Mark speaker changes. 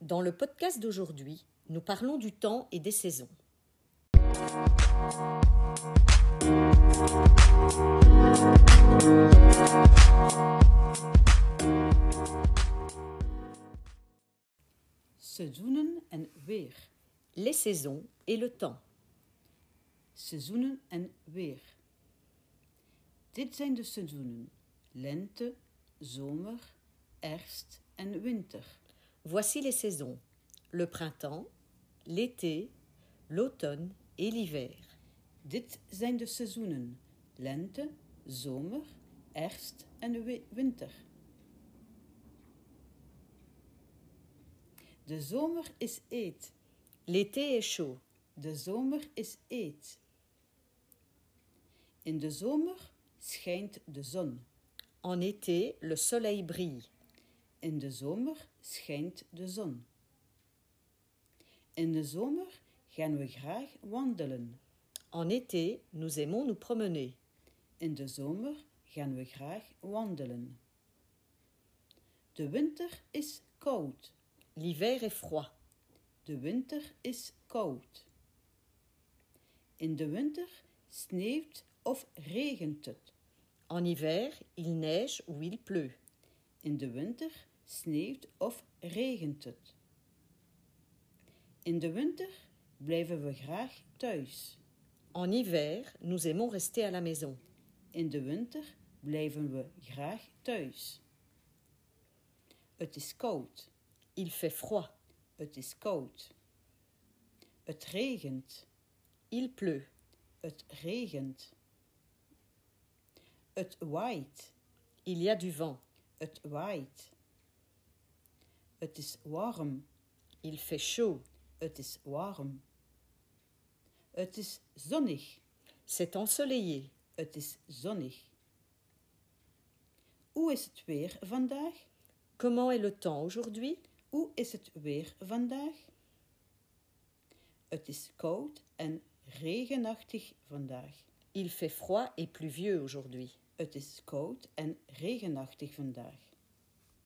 Speaker 1: Dans le podcast d'aujourd'hui, nous parlons du temps et des saisons.
Speaker 2: Seizoenen en weer.
Speaker 1: Les saisons et le temps.
Speaker 2: Seizoenen en weer. Dit zijn de seizoenen: lente, zomer, herfst en winter.
Speaker 1: Voici les saisons. Le printemps, l'été, l'automne et l'hiver.
Speaker 2: Dit zijn de seizoenen: lente, zomer, herfst en wi- winter. De zomer is eet.
Speaker 1: L'été est chaud.
Speaker 2: De zomer is eet. In de zomer schijnt de zon.
Speaker 1: En été, le soleil brille.
Speaker 2: In de zomer schijnt de zon. In de zomer gaan we graag wandelen.
Speaker 1: En été, nous aimons nous promener.
Speaker 2: In de zomer gaan we graag wandelen. De winter is koud.
Speaker 1: L'hiver est froid.
Speaker 2: De winter is koud. In de winter sneeuwt of regent het.
Speaker 1: En hiver, il neige ou il pleut.
Speaker 2: In de winter sneeuwt of regent het. In de winter blijven we graag thuis.
Speaker 1: En hiver, nous aimons rester à la maison.
Speaker 2: In de winter blijven we graag thuis. Het is koud.
Speaker 1: Il fait froid.
Speaker 2: Het is koud. Het regent.
Speaker 1: Il pleut.
Speaker 2: Het regent. Het waait.
Speaker 1: Il y a du vent.
Speaker 2: Het waait. Het is warm.
Speaker 1: Il fait chaud.
Speaker 2: Het is warm. Het is zonnig.
Speaker 1: C'est ensoleillé.
Speaker 2: Het is zonnig. Hoe is het weer vandaag?
Speaker 1: Comment est le temps aujourd'hui
Speaker 2: Hoe is het weer vandaag? Het is koud en regenachtig vandaag.
Speaker 1: Il fait froid et pluvieux aujourd'hui.
Speaker 2: Het is koud en regenachtig vandaag.